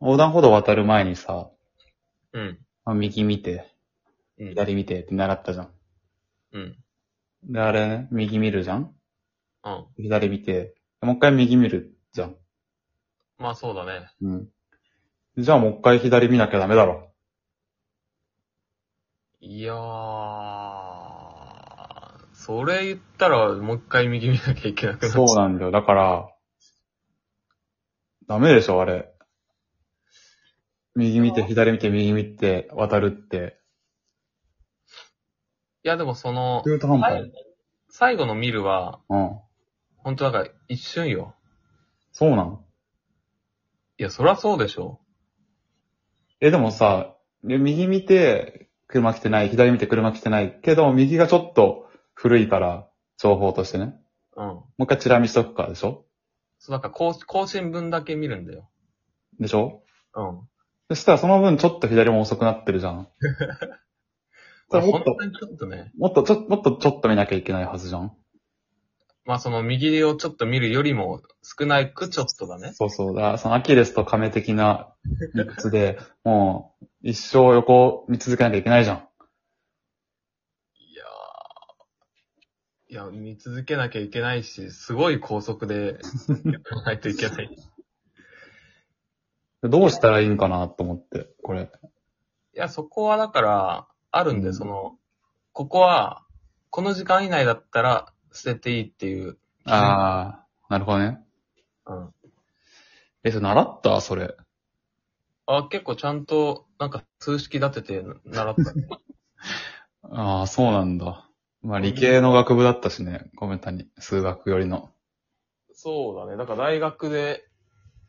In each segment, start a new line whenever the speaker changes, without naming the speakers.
横断歩道渡る前にさ、
うん。
まあ右見て、
うん。
左見てって習ったじゃん。
うん。
で、あれね、右見るじゃん
うん。
左見て、もう一回右見るじゃん。
まあそうだね。
うん。じゃあもう一回左見なきゃダメだろ。
いやー、それ言ったらもう一回右見なきゃいけなくなっちゃ
そうなんだよ。だから、ダメでしょ、あれ。右見て、左見て、右見て、渡るって。
いやでもその、
中途半
は
端
い。最後の見るは、
うん。
ほんとなんか一瞬よ。
そうなの
いや、そりゃそうでしょ。
え、でもさ、で右見て、車来てない、左見て車来てない、けど、右がちょっと古いから、情報としてね。
うん。
もう一回チラ見しとくからでしょ
そう、なんか更更新分だけ見るんだよ。
でしょ
うん。
そしたらその分ちょっと左も遅くなってるじゃん。そしたらも
本
っと
当、にちょっとね、
もっとちょ、もっとちょっと見なきゃいけないはずじゃん
まあその右をちょっと見るよりも少なくちょっとだね。
そうそう。だからそのアキレスと亀的な理屈で、もう一生横を見続けなきゃいけないじゃん。
いやー。いや、見続けなきゃいけないし、すごい高速でやらないとい けない。い
どうしたらいいんかなと思って、これ。
や、そこはだから、あるんで、
うん
その、ここは、この時間以内だったら捨てていいっていう。
ああ、なるほどね。
うん。
え、それ習ったそれ。
あ、結構ちゃんと、なんか数式立てて習ったね。
ああ、そうなんだ。まあ理系の学部だったしね、ごめんたに。数学よりの。
そうだね。だから大学で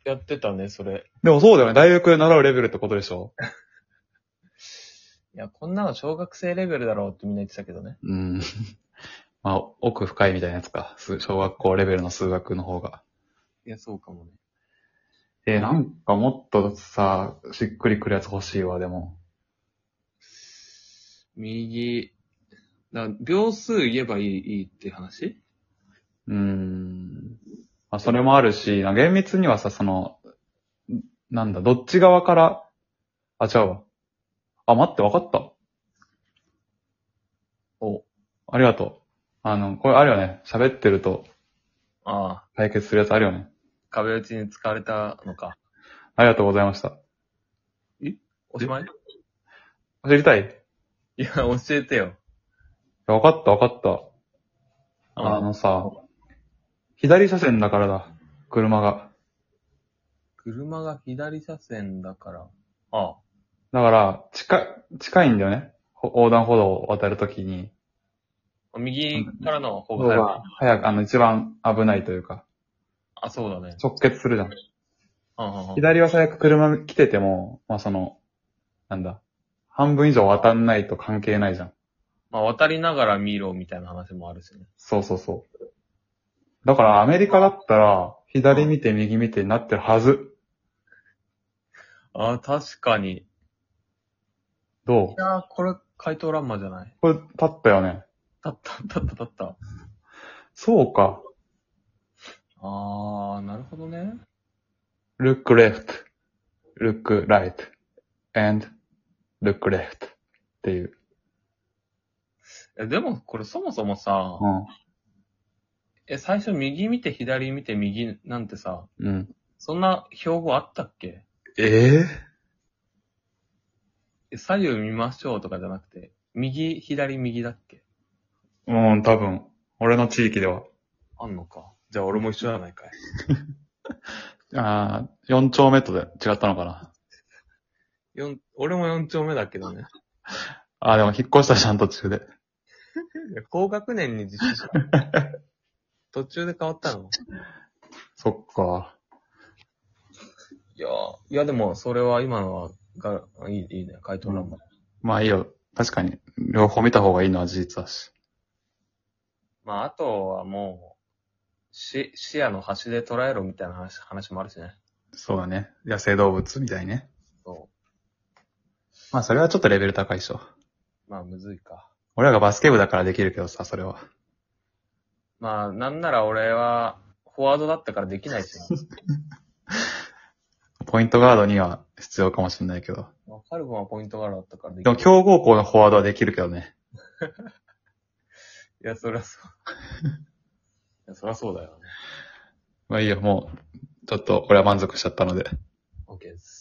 やってたね、それ。
でもそうだよね。大学で習うレベルってことでしょ
いや、こんなの小学生レベルだろうってみんな言ってたけどね。
うん。 まあ、奥深いみたいなやつか。数小学校レベルの数学の方が。
いや、そうかもね。
えーなんかもっとさ、しっくりくるやつ欲しいわ、でも。
右、だから秒数言えばいいいいって話
うーん。まあ、それもあるし、な厳密にはさ、その、んなんだ、どっち側から、あ、違うわ。あ、待って、わかった。
お。
ありがとう。あの、これあるよね。喋ってると
ああ、
解決するやつあるよね。
壁打ちに使われたのか。
ありがとうございました。
おしまい
知りたい
いや、教えてよ。
わかった、わかった。あ
あの、
のさ、左車線だからだ。車が。
車が左車線だから。ああ、
だから、近い、近いんだよね。ほ横断歩道を渡るときに。
右からの方
方
が
が早く、あの、一番危ないというか、
あ、そうだね。
直結するじゃん。
うんうんうん
左は最悪車来てても、まあ、その、なんだ、半分以上渡んないと関係ないじゃん。
まあ、渡りながら見ろみたいな話もあるしね。
そうそうそう。だからアメリカだったら、左見て右見てになってるはず。
ああ、確かに。い
どう
やー、これ、回答欄間じゃない
これ、立ったよね。
たった、たった、たった。
そうか。
ああ、なるほどね。
look left, look right, and look left っていう。
え、でも、これそもそもさ、
うん。
え、最初右見て左見て右なんてさ、
うん。
そんな標語あったっけ
え
え、左右見ましょうとかじゃなくて、右、左、右だっけ
えうん、多分。俺の地域では。
あんのか。じゃあ俺も一緒じゃないかい。
ああ、4丁目とで違ったのかな。
よん、俺も4丁目だけどね。
ああ、でも引っ越したじゃん、途中で。
高学年に実施 した。途中で変わったの
そっか。
いやー、いやでも、それは今のは、が、いい、いいね。回答欄も。
まあいいよ。確かに、両方見た方がいいのは事実だし。
まあ、あとはもう、し、視野の端で捉えろみたいな話、話もあるしね。
そうだね。野生動物みたいね。
そ
まあそれはちょっとレベル高いでしょ。
う。まあ、むずいか。
俺らがバスケ部だからできるけどさ、それは。
ま あ、なんなら俺は、フォワードだったからできないしな。
ポイントガードには必要かもしれないけど。
まあ、カルボンはポイントガードだったからでき
でも
る
強豪校のフォワードはできるけどね。
いや、そりゃそう。 いや、そりゃそうだよね。
まあいいよ、もう、ちょっと俺は満足しちゃったので。
OK です。